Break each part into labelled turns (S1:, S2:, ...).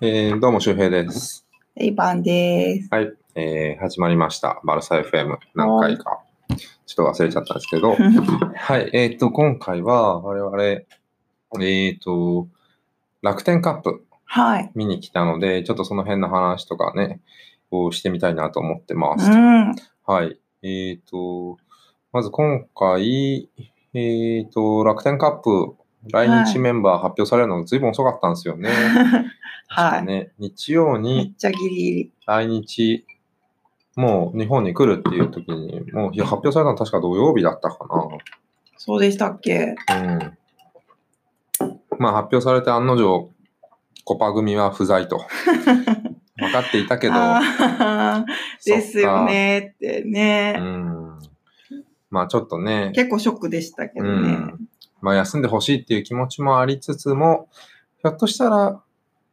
S1: えーどうも、周平です。
S2: レイバンです。
S1: はい、えー始まりました。バルサ FM 何回か。ちょっと忘れちゃったんですけ ど、はい、えっ、と、今回は我々、えっ、と、楽天カップ
S2: はい。
S1: 見に来たので、ちょっとその辺の話とかね、をしてみたいなと思ってま
S2: う
S1: す。
S2: ん。
S1: はい。えっ、と、まず今回、えっ、と、楽天カップ、来日メンバー発表されるのが随分遅かったんですよね。
S2: は
S1: 確か
S2: い。
S1: ね日曜
S2: め
S1: に
S2: っちゃギリギリ。
S1: 来日、もう日本に来るっていう時に、もういや発表されたの確か土曜日だったか
S2: そうでしたっけ
S1: な。うん。まあ発表されて案の定、コパ組は不在 と。分かっていたけど、
S2: あー
S1: そっか
S2: ですよ。ねって
S1: う
S2: ね。
S1: ん。まあちょっとね、
S2: 結構ショックでしたけど
S1: う
S2: ね。
S1: ん。まあ休んでほしいっていう気持ちもありつつも、ひょっとしたら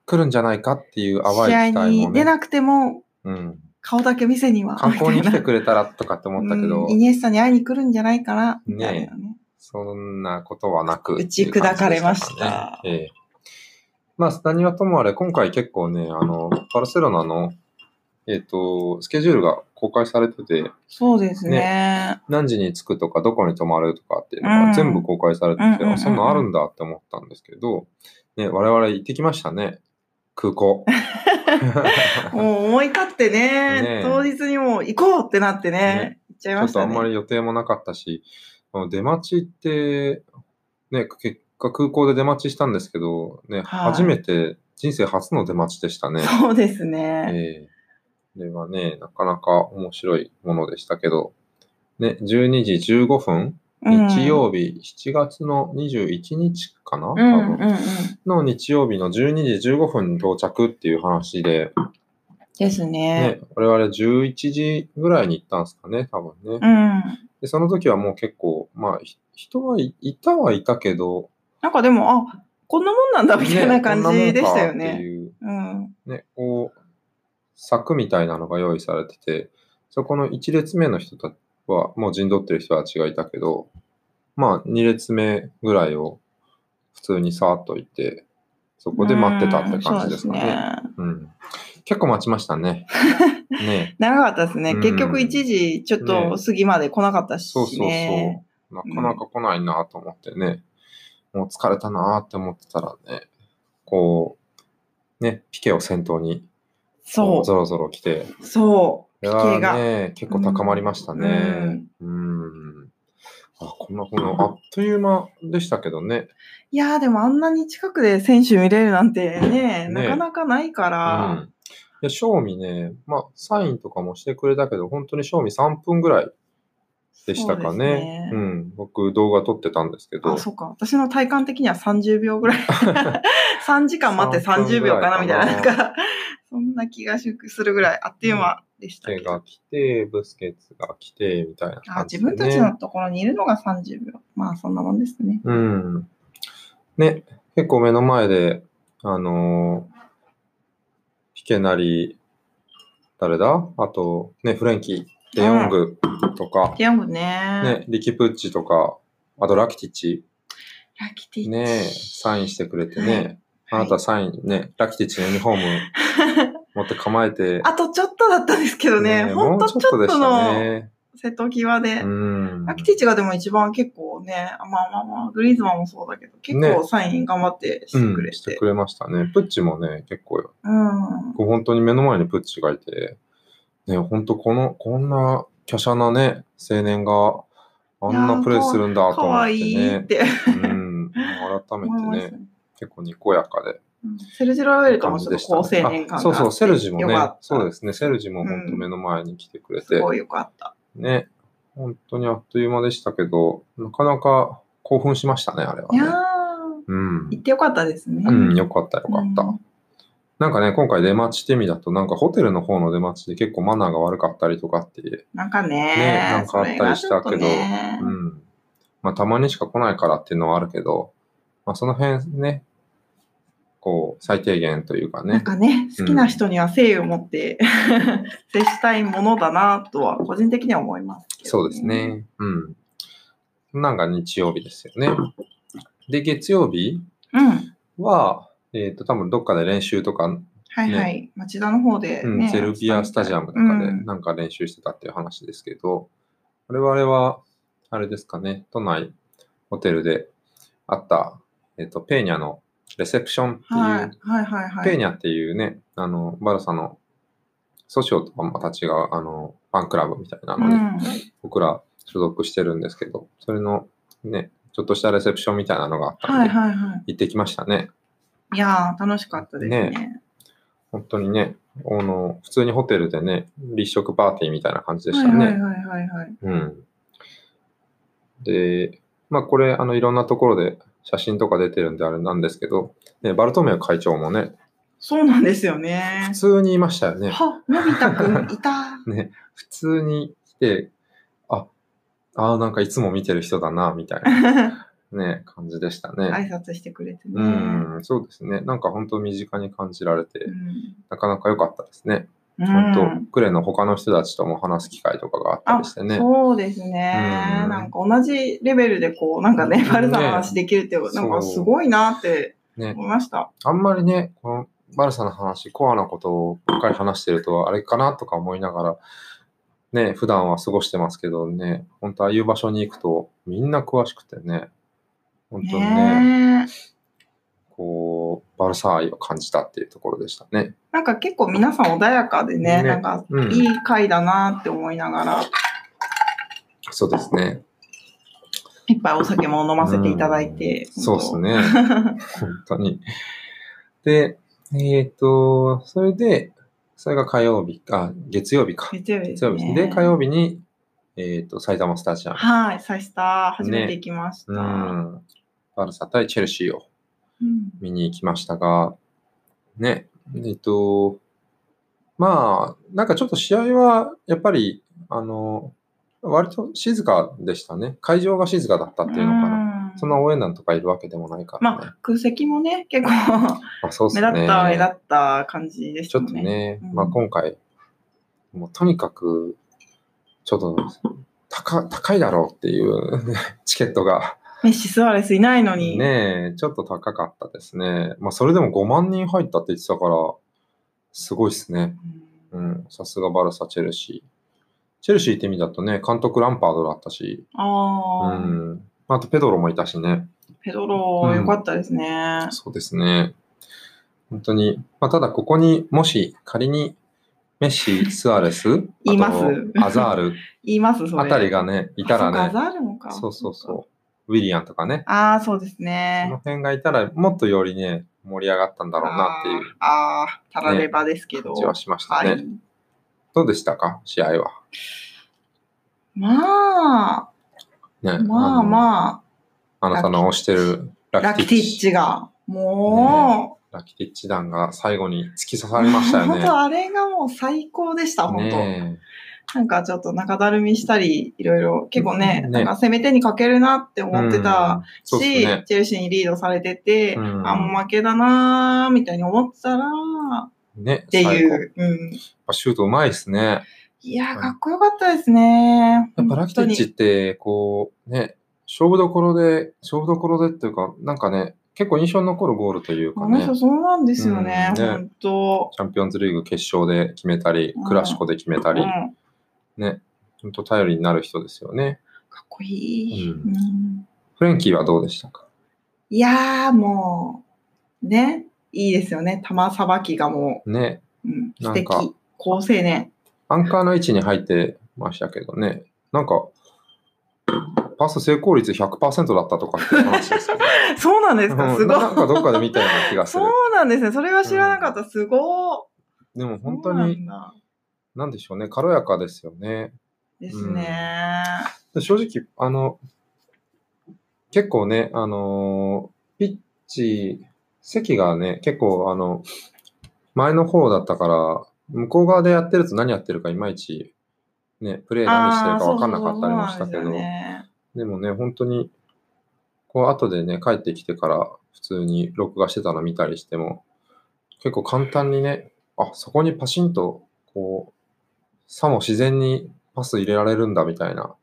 S1: 来るんじゃないかっていう
S2: 試
S1: 淡
S2: 合
S1: い期待も
S2: に出
S1: ね。
S2: なくても
S1: うん。
S2: 顔だけ見せには。
S1: 観光に来て
S2: る
S1: くれたらとかって思ったけど、
S2: イニエスタに会いに来るんじゃないかな。みたいなね。
S1: そんなことはなく。
S2: 打ち砕かれま
S1: っ
S2: した
S1: ていう感じでしたかね。ええまあ、何はともあれ、今回結構ね、あの、バルセロナの、えっ、と、スケジュールが公開されてて、
S2: そうですね。
S1: 何時に着くとか、どこに泊まるとかっていうの
S2: う
S1: が
S2: ん
S1: 全部公開されて
S2: うんうん
S1: て、
S2: うんうん
S1: あ、そんなんあるんだって思ったんですけど、ね、我々行ってきましたね。空港。
S2: もう思い立ってね
S1: ねえ
S2: 当日にもう行こうってなってね。
S1: ね
S2: 行っちゃい
S1: ちょ
S2: ま
S1: っ
S2: し
S1: とあ
S2: た
S1: ん
S2: ね。
S1: まり予定もなかったし、あの出待ちって、ね、結果空港で出待ちしたんですけど、ね、
S2: はい
S1: 初めて人生初の出待ちでしたね。
S2: そうです ね。
S1: ええこれはね、なかなか面白いものでしたけど、ね、12時15分、
S2: うん
S1: 日曜日、7月の21日かな、
S2: うんうん
S1: 多
S2: う
S1: 分
S2: ん。
S1: の日曜日の12時15分に到着っていう話で、
S2: です
S1: ね、我々11時ぐらいに行ったんですかね、多分ね。
S2: うん。
S1: で、その時はもう結構、まあ、ひ人はいいたはいたけど、
S2: なんかでも、あ、こんなもんなんだ みたいな感じでしたよ
S1: こんなもんかって
S2: ね。
S1: いう、
S2: うん。
S1: ね、こう、柵みたいなのが用意されてて、そこの1列目の人たちは、もう陣取ってる人たちがいたけど、まあ、2列目ぐらいを普通にさーっと行って、そこで待ってたって感じですかね。
S2: うんそうですね
S1: うん結構待ちました ね。ね、
S2: 長かったですね。
S1: うん
S2: 結局1時ちょっと過ぎまで来なかったし
S1: そうそうそう。
S2: ね。
S1: なかなか来ないなと思ってね、もう疲れたなって思ってたらね、こう、ね、ピケを先頭に、
S2: そうそ
S1: ぞろぞろ来て、
S2: う。そ
S1: い
S2: う。ピ
S1: や
S2: ケが。
S1: ーね、結構高まりましたね。うん。あ、こんな、この、あっという間でしたけどね。
S2: いやーでもあんなに近くで選手見れるなんて
S1: ね
S2: ね、なかなかないか
S1: う
S2: ら。
S1: ん。で、正味ね、まあ、サインとかもしてくれたけど、本当に正味3分ぐらいでしたか
S2: そう
S1: ね。
S2: ですね
S1: うん。僕、動画撮ってたんですけど。
S2: あ、そうか。私の体感的には30秒ぐらい。3時間待って
S1: 3
S2: 30秒かなみた
S1: ぐら
S2: いな、ないん
S1: か
S2: か、そんな気がするぐらい、あっという間でした
S1: 手
S2: けど。
S1: が来て、ブスケツが来て、みたいな
S2: あ
S1: 感じで、
S2: 自
S1: ね。
S2: 分たちのところにいるのが30秒。まあそんなもんですね。
S1: うん。ね、結構目の前で、あのーピケなり、誰だあと、ね、フレンキー、デヨングとか、
S2: ティアムね。
S1: ね、リキプッチとか、あとラキティッチ、
S2: ラキティッチ。
S1: ね、サインしてくれてね、
S2: はい
S1: あなたサインね、ラキティッチのユニフォーム持って構えて、
S2: あとちょっとだったんですけどね、ほんとちょっとの
S1: ね。
S2: 瀬戸際で。
S1: うん。
S2: ラキティッチがでも一番結構ね、あまあまあまあ、グリーズマンもそうだけど、結構サイン頑張ってしてく
S1: う
S2: れ
S1: ん、して
S2: て。
S1: くれましたね。プッチもね、結構
S2: うん。
S1: こう本当に目の前にプッチがいて、ね、本当この、こんな華奢なね、青年があん
S2: いや
S1: な
S2: ー
S1: プレーするんだと
S2: か
S1: 思っ
S2: わ
S1: て
S2: いい
S1: ね
S2: っ。て
S1: うん、改
S2: 思いま
S1: め
S2: す
S1: てね、
S2: ね。
S1: 結構にこやかで。
S2: うんセルジロ・ラベルともちょっと高青年感があ
S1: あ
S2: って
S1: そうそう、セルジも
S2: よ
S1: ね
S2: かっ、た
S1: そうですね、セルジも本当目の前に来てくれて、
S2: すごいよかった。
S1: ね、本当にあっという間でしたけど、なかなか興奮しましたね、あれはい
S2: やー
S1: ね。、うん
S2: 行。ってよかったですね。
S1: うん、よかった、よかった。
S2: うん
S1: なんかね、今回出待ちって意味だと、なんかホテルの方の出待ちで結構マナーが悪かったりとかっていう、
S2: なんかね
S1: ねなんかあったりしたけど
S2: それがちょっとね
S1: うん。まあ、たまにしか来ないからっていうのはあるけど、まあ、その辺ね、こう、最低限というか
S2: なん
S1: ね、
S2: かね、好きな人には誠意を持って 接したいものだなとは個人的には思いますけど、
S1: そうです。ね、うん。なんか日曜日ですよね。で、月曜日
S2: うん。
S1: は、えっ、と、多分どっかで練習とか
S2: はいはい。町田の方で、
S1: うん
S2: ね。
S1: セルビアスタジアムとかで
S2: うん
S1: なんか練習してたっていう話ですけど、我々は、あれですかね、都内ホテルであった、えっと、ペーニャのレセプションっていう、
S2: はいはいはいはい。
S1: ペーニャっていうね、あの、バルサのソシオとかもまた違う、あの、ファンクラブみたいなのに、僕ら所属してるんですけど、それのね、ちょっとしたレセプションみたいなのがあったん
S2: うん。はい
S1: で、
S2: はいは
S1: 行ってきましたね。
S2: い。いやー、楽しかったですね。
S1: 本当にね、あの、普通にホテルでね、立食パーティーみたいな感じでした
S2: はい
S1: ね。
S2: はいはいはいはい。
S1: うん。で、まあこれ、あの、いろんなところで写真とか出てるんであれなんですけど、ね、バルトメア会長もね、
S2: そうなんですよ
S1: 普
S2: ね。
S1: 通にいましたよね。
S2: は、のび太くんいた。
S1: ね、普通に来て、あ、あーなんかいつも見てる人だな、みたい な ね、感じでしたね。
S2: 挨拶してくれてね。
S1: うん、そうですね。なんか本当身近に感じられて、
S2: うん。
S1: なかなか良かったですね。
S2: うん
S1: 本当、クレの他の人たちとも話す機会とかがあったりしてね。
S2: そうですね。
S1: うん
S2: なんか同じレベルでこう、なんかね
S1: ね、
S2: バルサの話できるって、なんかすごいなって
S1: ね
S2: 思いました。
S1: あんまりね、このバルサの話、コアなことをばっかり話してると、あれかなとか思いながら、ね、普段は過ごしてますけどね、本当ああいう場所に行くと、みんな詳しくてね、本当にね、
S2: ねえ
S1: こう、バルサ愛を感じたっていうところでしたね。
S2: なんか結構皆さん穏やかでね、
S1: ね
S2: なんか
S1: うん
S2: いい回だなって思いながら、
S1: そうですね。
S2: いっぱいお酒も飲ませていただいて。
S1: うんそうです
S2: ね。
S1: ね。 本当に。で、えっ、と、それで、それが火曜日、あ、月曜日か。
S2: 月曜日で
S1: 月
S2: す
S1: 曜日
S2: ね。
S1: で、火曜日に、えっ、と、埼玉スタジアム。
S2: はい、サイスター初めて行きました。
S1: うん。バルサ対チェルシーを
S2: うん
S1: 見に行きましたが、ね、えっと、まあ、なんかちょっと試合は、やっぱり、あの、割と静かでしたね。会場が静かだったっていうのかな。
S2: うん
S1: そんな応援団とかいるわけでもないからね。
S2: まあ、空席もね、結構
S1: まあそうっす
S2: 目
S1: ね。
S2: 立った、目立った感じでし
S1: ち
S2: た
S1: ょっ
S2: ね。
S1: とね、
S2: うん
S1: まあ今回、もうとにかく、ちょっと高高いだろうっていうね、チケットが、
S2: メッシ・スアレスいないのに。
S1: ねえ、ちょっと高かったですね。まあそれでも5万人入ったって言ってたから、すごいですね。
S2: うん
S1: うん、さすがバルサ、チェルシー。チェルシー行ってみたとね、監督ランパードだったし、う
S2: ああ、
S1: ん、あとペドロもいたしね。
S2: ペドロ、良かったですね。
S1: そうですね。本当に、まあ、ただここにもし仮にメッシ、スアレス、
S2: います
S1: あとアザー ル
S2: 言います、それ。
S1: あたりがね、いたら
S2: あそうか
S1: ね、
S2: ガザールもか。
S1: そうそうそう、ウィリアンとかね、
S2: ああ、そうです
S1: そ
S2: ね
S1: の。辺がいたらもっとよりね、盛り上がったんだろうなっていう
S2: ああ、たらればですけど。
S1: 感じはしました
S2: は
S1: ね。
S2: い。
S1: どうでしたか、試合は。
S2: ま
S1: ね、
S2: あ、まあ
S1: あ
S2: ま
S1: の。あなたの推してる
S2: あ、
S1: ラ
S2: ラ
S1: キ
S2: キ
S1: テ
S2: テ
S1: ィ
S2: ィ
S1: ッ
S2: ッ
S1: チ。
S2: チが、もう、
S1: ラキティッチ団が最後に突き刺されましたよ
S2: 本
S1: ね。
S2: 当あれがもう最高でした、 本当、
S1: ね
S2: なんかちょっと中だるみしたり、いろいろ、結構ね、
S1: ね
S2: なんか攻め手に欠けるなって思って
S1: う
S2: た。
S1: ん
S2: し、
S1: そうですね。
S2: チェルシーにリードされてて、
S1: うん
S2: あ、もう負けだなーみたいに思ってたら、
S1: ね、
S2: って
S1: 最後
S2: い。う。うん、
S1: やっぱシュートうまいですね。
S2: いやー、かっこよかったですね。
S1: やっぱラキティッチって、こう、ね、勝負どころで、勝負どころでっていうか、なんかね、結構印象に残るゴールというか
S2: 本当に。
S1: ね
S2: あの人、、そうなんですよね、
S1: うんね
S2: 本当。
S1: チャンピオンズリーグ決勝で決めたり
S2: うん、
S1: クラシコで決めたり
S2: うん、か
S1: ね、本当頼りになる人ですよね。
S2: っこいい、
S1: うん
S2: うん
S1: フレンキーはどうでしたか
S2: いやー、もう、ね、いいですよね。玉さばきがも
S1: ね、
S2: う、うん、
S1: な
S2: 素
S1: んか
S2: 敵。好青年。
S1: アンカーの位置に入ってましたけどね、なんか、パス成功率100%だったとかっていう話ですけど、
S2: そうなんですか、
S1: う
S2: す
S1: ん
S2: ごい。
S1: なんかどっかで見たような気がす
S2: そ
S1: る。
S2: うなんですね。それは知らなかった。すご
S1: でも
S2: い。
S1: 本当
S2: そうな
S1: に、
S2: んだ
S1: なんでしょうね、軽やかですよね。
S2: ですね。
S1: で正直、あの、結構ね、あのーピッチ、席がね、結構、あの、前の方だったから、向こう側でやってると何やってるかいまいち、ね、プレイ何してるか分かんなかったりもしたけ
S2: あーそうそうそ
S1: ど、
S2: うそうなんですよね
S1: でもね、本当に、こう、後でね、帰ってきてから、普通に録画してたの見たりしても、結構簡単にね、あ、そこにパシンと、こう、さも自然にパス入れられるんだみたいな、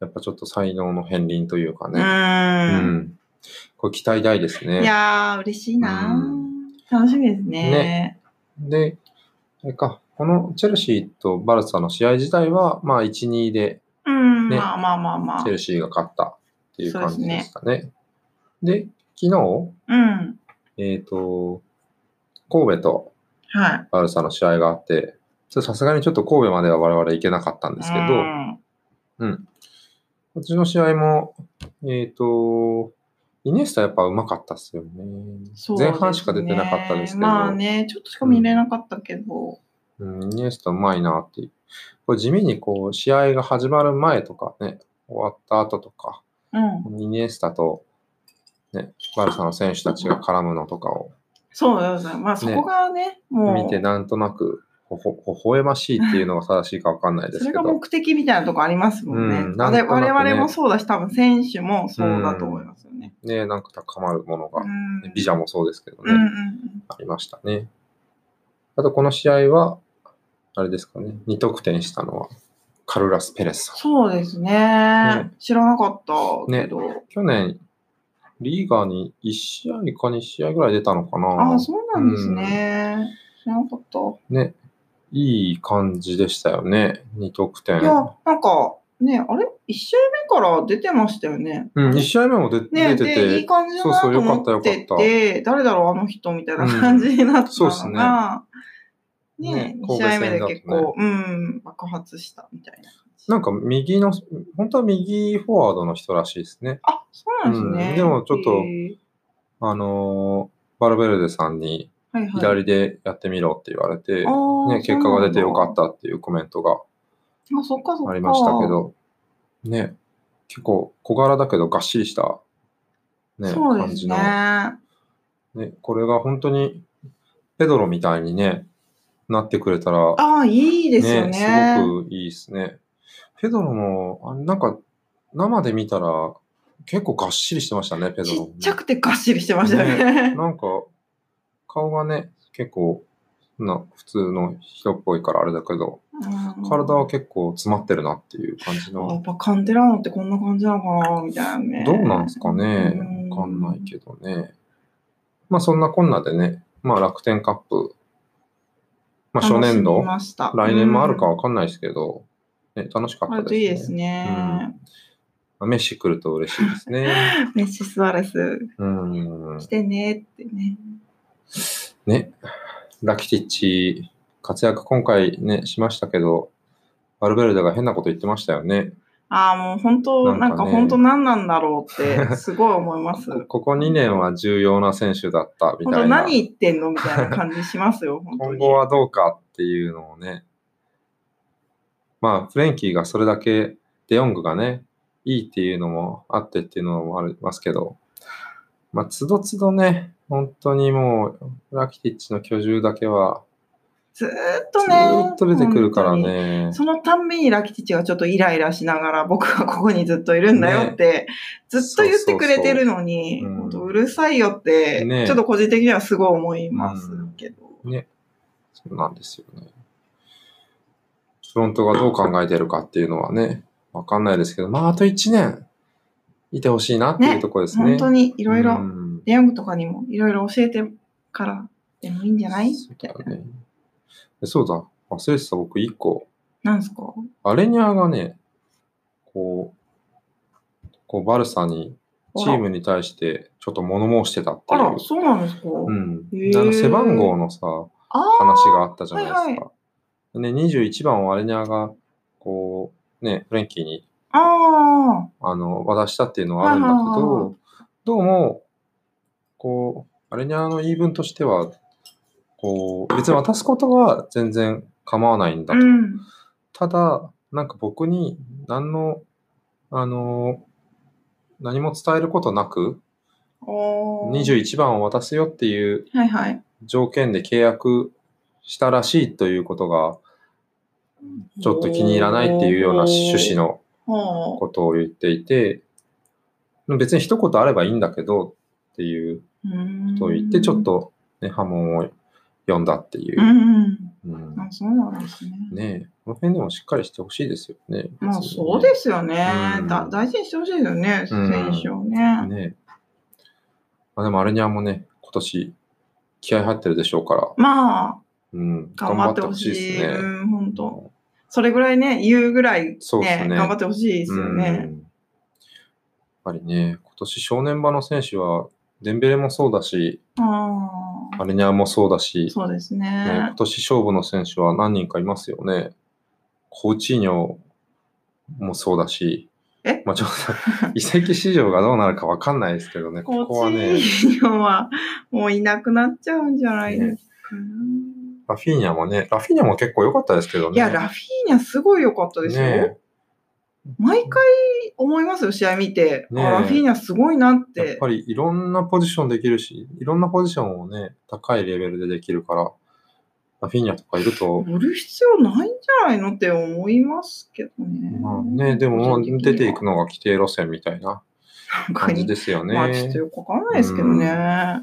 S1: やっぱちょっと才能の片鱗というか
S2: う
S1: ね、う
S2: ーん。
S1: ん。これ期待大です
S2: い
S1: ね。
S2: やー、嬉しいなー
S1: う
S2: 楽しみですね。
S1: で、あれか、このチェルシーとバルサの試合自体は、まあ、1、2で
S2: うん、
S1: ね
S2: まあまあまあまあ
S1: チェ。ルシーが勝ったっていう感じですかね。で昨日、
S2: うん。
S1: えっ、と、神戸と
S2: はい。
S1: バルサの試合があって、ちょっとさすがにちょっと神戸までは我々行けなかったんですけど、
S2: うん
S1: うん。こっちの試合も、えっ、と、イニエスタやっぱうまかったっすよね。
S2: そう
S1: 前半しか出てなかったですけど、
S2: まあね、ちょっとしか見れなかったけど。
S1: うん、イニエスタうまいなっていう。これ地味にこう、試合が始まる前とかね、終わった後とか、
S2: うん。
S1: イニエスタと、ね、バルサの選手たちが絡むのとかを
S2: そうだよね。まあそこがね、もう。
S1: 見て、なんとなく、ほほ、微笑ましいっていうのが正しいかわかんないで
S2: そ
S1: す
S2: れ
S1: け
S2: が
S1: ど、
S2: 目的みたいなとこありますもんね。
S1: うんな
S2: あれ
S1: んとなくね
S2: 我々もそうだし、多分選手もそうだと思いますよね。
S1: ね、なんか高まるもの
S2: う
S1: が、
S2: ん
S1: ビジャもそうですけどね、
S2: うんうんうん。
S1: ありましたね。あと、この試合は、あれですかね、2得点したのは、カルラス・ペレスさん。
S2: そうですね
S1: ね
S2: 知らなかったけど。
S1: 去年、リーガーに1試合か2試合ぐらい出たのか
S2: あ
S1: な
S2: あ、。そうなんですね。知らなかった。
S1: ね、いい感じでしたよね、2得点
S2: い。や、なんか、ね、あれ ?1 試合目から出てましたよね。
S1: うん、2試合目も出
S2: ね
S1: 出て
S2: で、い
S1: て
S2: い、感じだな
S1: そう
S2: と
S1: そうよかった
S2: 思って、
S1: よかって
S2: 誰だろう、あの人みたいな感じになった
S1: そうっす
S2: の
S1: ね
S2: が、ね
S1: ね
S2: 2試合目で
S1: 神
S2: 結
S1: 戸
S2: 構、うん、爆発したみたいな感じ。
S1: なんか右の、本当は右フォワードの人らしいですね。
S2: あ、そうなんですね。
S1: うんでもちょっと
S2: へー
S1: あのーバルベルデさんに
S2: はいはい、
S1: 左でやってみろって言われて、
S2: あー
S1: ね、結果が出てよかっ。
S2: そう
S1: たっていうコメントが
S2: なんだあ、そっかそっか。
S1: ありましたけ。ど、ね、結構小柄だけどがっしりした、ね、
S2: そう
S1: 感
S2: です
S1: じ
S2: ね
S1: の、。ね、これが本当にペドロみたいにね、なってくれたら、
S2: ああ、いいですよね。
S1: すごくいいですね。ペドロも、あなんか生で見たら結構がっしりしてましたね、ペドロ
S2: ち
S1: もね、
S2: っちゃくてがっしりしてましたよ ね。
S1: なんか、顔がね、結構、な普通の人っぽいからあれだけど、
S2: うん
S1: 体は結構詰まってるなっていう感じ
S2: あや
S1: の、
S2: っぱカンテラーノってこんな感じなのかなみたいなね。
S1: どうなんすかね
S2: うん、
S1: わかんないけどね。まあそんなこんなでね、まあ楽天カップ、まあ初年
S2: 楽し
S1: 度
S2: み、ました
S1: 来年もあるかわかんないですけど、ね、楽しかっ
S2: うんあ
S1: た
S2: る
S1: です
S2: と
S1: ね。
S2: いいですね。
S1: まあメッシ来ると嬉しいです ね。
S2: メッシスアレス
S1: うん
S2: 来。てねってね。
S1: ね、ラキティッチ、活躍今回ね、しましたけど、バルベルデが変なこと言ってましたよね。
S2: ああ、もう本当、
S1: な
S2: なんん
S1: か
S2: か
S1: ね
S2: 本当何なんだろ うってすごい思います。
S1: こここ2年は重要な選手だったみ
S2: 本
S1: た
S2: 当
S1: いな。
S2: 何言ってんのみたいな感じしますよ、本当
S1: 今
S2: に。
S1: 後はどうかっていうのをね。まあ、フレンキーがそれだけ、デヨングがね、いいっていうのもあってっていうのもありますけど、まあ、つどつどね、本当にもう、ラキティッチの居住だけは、
S2: ずーっ
S1: ず
S2: とね。
S1: ーっと出てくるから
S2: 本当
S1: ね
S2: に。。そのたんびにラキティチがちょっとイライラしながら僕はここにずっといるんだよって、ずっと言ってくれてるのに、
S1: そうそうそううん
S2: 本当うるさいよって、
S1: ね
S2: ちょっと個人的にはすごい思いますけど。
S1: そうなんですよね。フロントがどう考えてるかっていうのはね、わかんないですけど、まあ、あと1年いてほしいなっていうところですね。
S2: 本当にい
S1: い
S2: ろいろ、デヤングとかにもいろいろ教えてからでもいいんじゃない
S1: そ
S2: み
S1: う
S2: たい
S1: だ
S2: な。
S1: ねでそうだ、忘れてた僕1個。
S2: なんすか
S1: アレニアがね、こう、こうバルサに、チームに対してちょっと物申してたって
S2: あ
S1: いう
S2: ら、。そうなんですか、
S1: うん。
S2: へー
S1: あの背番号のさ、
S2: あ
S1: 話があったじゃないですか。
S2: はい
S1: ね、21番をアレニアが、こう、ね、フレンキーに
S2: あ、あ
S1: あの渡したっていうのはあるんだけ
S2: はいはいはいは
S1: ど、どうも、こう、アレニアの言い分としては、こう、別に渡すことは全然構わないんだ
S2: あ、う
S1: と。
S2: ん。
S1: ただ、なんか僕に何の、あの、何も伝えることなく、
S2: おー
S1: 21番を渡すよっていう
S2: はいはい。
S1: 条件で契約したらしいということが、ちょっと気に入らないっていうような趣旨の
S2: の
S1: ことを言っていて、別に一言あればいいんだけどっていうことを言って、ちょっと、ね、波紋を呼んだっていうう。
S2: んうん
S1: うん
S2: あそうなんですね。
S1: ねえ、この辺でもしっかりしてほしいですよね。
S2: まあ
S1: 別にね
S2: そうですよね。
S1: うん
S2: だ大事にしてほしいですよね、
S1: うん
S2: 選手をね。
S1: ねえ。まあ、でもアレニアもね、今年気合入ってるでしょうから、
S2: まあ、
S1: うん、
S2: 頑張ってほしい。
S1: ですね。
S2: うん、本当。それぐらいね、言うぐらい、ね
S1: そうですね
S2: 頑張ってほしいですよ
S1: う
S2: ね。
S1: んやっぱりね、今年正念場の選手は、デンベレもそうだし、
S2: ああ、
S1: アレニャもそうだし、
S2: そうです
S1: ね、
S2: ね
S1: 今。年勝負の選手は何人かいますよね。コーチーニョもそうだし、
S2: え
S1: まあ、ちょっと移籍市場がどうなるかわかんないですけどね、
S2: コ
S1: ここはね
S2: ー、チーニョはもういなくなっちゃうんじゃないですか。
S1: ラフィーニャもね、ラフィーニャも結構良かったですけどね。
S2: いや、ラフィーニャすごい良かったですよ。
S1: ね
S2: 毎回思いますよ、試合見て。
S1: ねえ
S2: あラフィーニャすごいなっ。
S1: やってぱりいろんなポジションできるし、いろんなポジションをね、高いレベルでできるから、ラフィーニャとかいると、
S2: 売る必要ないんじゃないのって思いますけどね。
S1: まあね、でも
S2: 個人的には
S1: 出ていくのが規定路線みたいな
S2: なんか
S1: 感
S2: に
S1: じですよね。
S2: まあちょっとよくわからないですけどね。
S1: ま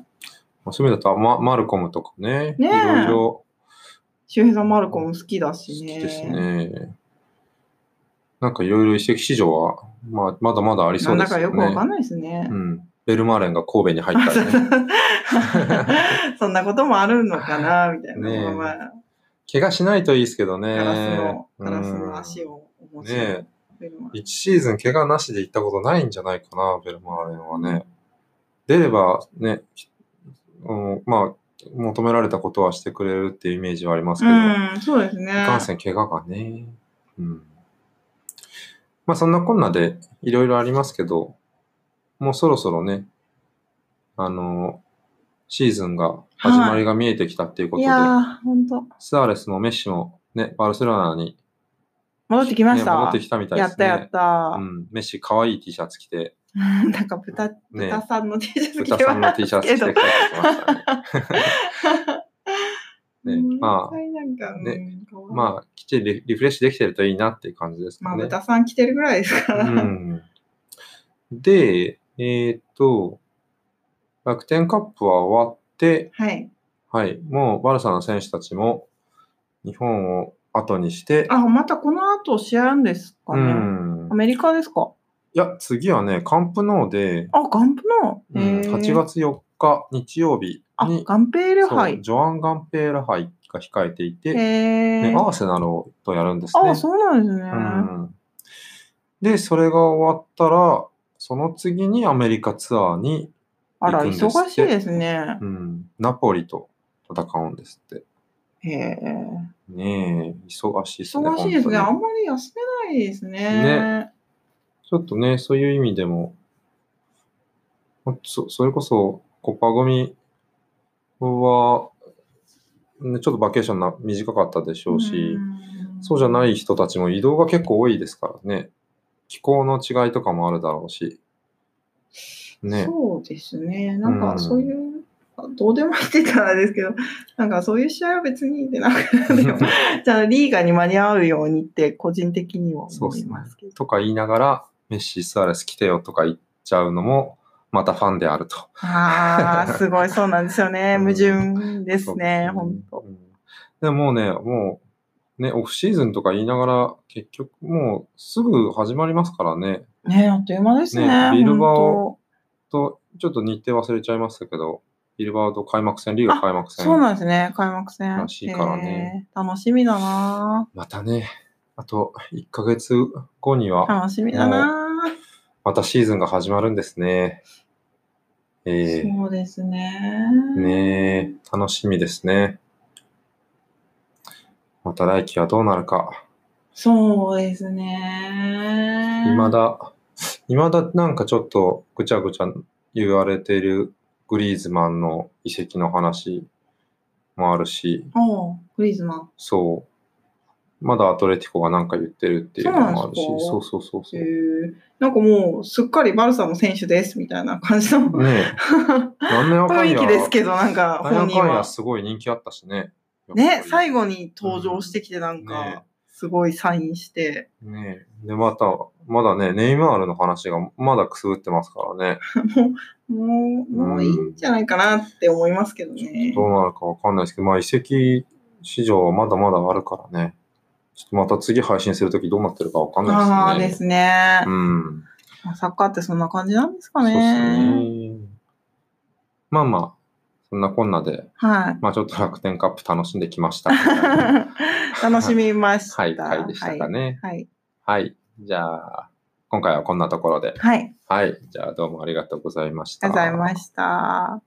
S1: あそういう意味だと、ま、マルコムとかね、
S2: ねえ
S1: いろいろ
S2: 周平さん、マルコも好きだ
S1: 好
S2: しね。
S1: きですね。なんかいろいろ移籍市場は、まあ、まだまだあり
S2: な
S1: そ
S2: ん
S1: うで
S2: だ
S1: す
S2: か
S1: よね。
S2: よくわかんないですね。
S1: うん。ベルマーレンが神戸に入ったり ね。
S2: そんなこともあるのかな、みたいな。
S1: ねえ
S2: まあ
S1: 怪我しないといいですけどね。
S2: ガラスの、ガラスの足
S1: を。
S2: をお持ちの
S1: ね
S2: ベルマーレ
S1: 1シーズン怪我なしで行ったことないんじゃないかな、ベルマーレンはね。出ればね、うん、まあ、求められたことはしてくれるっていうイメージはありますけど、
S2: うん、そうですね。
S1: いかんせん怪我がね。うん。まあそんなこんなでいろいろありますけど、もうそろそろね、あの、シーズンが、始まりが見えてきたっていうこ
S2: い
S1: とで、
S2: やー、ほんと。
S1: スアレスもメッシもね、バルセロナに、
S2: 戻ってきま
S1: ね、
S2: した。
S1: 戻ってきたみたい
S2: や
S1: で
S2: っ
S1: す
S2: た
S1: ね。
S2: やった
S1: う。ん、メッシ可愛い T シャツ着 て、
S2: なんか豚、
S1: ね
S2: 豚さんの T シャツ着
S1: 豚さ
S2: て
S1: んの
S2: ます
S1: T
S2: けど。
S1: シャツ着て帰ってきましたね。 ねまあ
S2: 毎回なんか、
S1: ね
S2: うん、あ、
S1: まあ、きっちりリリフレッシュできてるといいなっていう感じです
S2: ま
S1: か
S2: あ、
S1: ね。
S2: 豚さん着てるぐらいですから。
S1: う んで、えーっと、楽天カップは終わって、
S2: はい。
S1: はい、もうバルサの選手たちも日本を後にして、
S2: あ、またこの後試合あるんですか
S1: う
S2: ね。
S1: ん
S2: ア、メリカですか。
S1: いや、次はね、カンプノーで、
S2: あ、ガンプの。
S1: うん
S2: へー
S1: 8。月4日日曜日
S2: あ、
S1: に、
S2: ガンペール
S1: そう
S2: 杯。
S1: ジョアン・ガンペール杯が控えてい
S2: へ
S1: て、
S2: え、
S1: ね、アーセナルとやるんですね。
S2: あ、そうなんですね。
S1: うんで、それが終わったら、その次にアメリカツアーに
S2: あら、
S1: 行くんですって
S2: 忙しいですね。
S1: うん、ナポリと戦うんですって。
S2: へえ。
S1: ねえ、忙しいですね。
S2: 忙しいですね。あ
S1: 本
S2: んまり休めないですね
S1: ね。当にちょっとね、そういう意味でも、そそれこそ、コパ組は、ねちょっとバケーションな短かったでしょうし、
S2: ん
S1: そうじゃない人たちも移動が結構多いですからね。気候の違いとかもあるだろうし。ね。
S2: そうですね。なん
S1: う
S2: か
S1: ん
S2: そういう、あどうでもいいって言ったらあれですけど、なんかそういう試合は別にでなくでもじゃあリーガに間に合うようにって個人的には
S1: そう
S2: 思
S1: で
S2: い
S1: すね
S2: ますけど。
S1: とか言いながら、メッシ、スアレス来てよとか言っちゃうのも、またファンであると。
S2: ああ、すごいそうなんですよね。
S1: うん
S2: 矛盾ですね、
S1: そう
S2: 本当。
S1: うんでももうね、もう、ね、オフシーズンとか言いながら、結局もうすぐ始まりますからね。
S2: ねあっという間ですね。
S1: ねビルバオ
S2: 本
S1: と、ちょっと日程忘れちゃいましたけど、ビルバード開幕戦、リーグ開幕
S2: 当
S1: 戦。
S2: そうなんですね、開幕戦。
S1: らしいからね
S2: へー楽しみだな
S1: またね、あと1ヶ月後には、
S2: 楽しみだな、
S1: またシーズンが始まるんですね。ええ
S2: そうですね。
S1: ねえ、楽しみですね。また来季はどうなるか。
S2: そうですね。
S1: いまだ、いまだなんかちょっとぐちゃぐちゃ言われているグリーズマンの移籍の話もあるし、
S2: おうグリーズマン。
S1: そう。まだアトレティコがなんか言ってるっていうのもあるし、
S2: そうなん
S1: そう
S2: です
S1: そうそう
S2: へ
S1: そう。ね
S2: ーなんかもう、すっかりバルサの選手です、みたいな感じ の
S1: え、何年かん
S2: 雰囲
S1: や、
S2: 気ですけど、なんか
S1: な
S2: 本
S1: ん
S2: 人
S1: かんや
S2: は。
S1: すごい人気あったしね。
S2: ね、最
S1: 後。
S2: 後に登場してきて、なん
S1: うん
S2: か
S1: ね、
S2: すごいサインして、
S1: ねえ。で、また、まだね、ネイマールの話がまだくすぶってますからね。
S2: もう、もういいんじゃないかなって思いますけどね。
S1: どうなるかわかんないですけど、まあ移籍市場はまだまだあるからね。ちょっとまた次配信するときどうなってるかわかん
S2: あ
S1: な
S2: あ
S1: い
S2: で
S1: ですね。
S2: すね
S1: う。ん。
S2: まあサッカーってそんな感じなんですか
S1: そうです
S2: ね。
S1: ね。まあまあ、そんなこんなで、
S2: はい。
S1: まあちょっと楽天カップ楽しんできま したみたいな。
S2: 楽しみました。
S1: はい、回でしたかね。
S2: はい。
S1: はい。じゃあ、今回はこんなところで。
S2: はい。は
S1: は
S2: い。
S1: い。じゃあ、どうもありがとうございまし
S2: あ
S1: た。
S2: りがとうございました。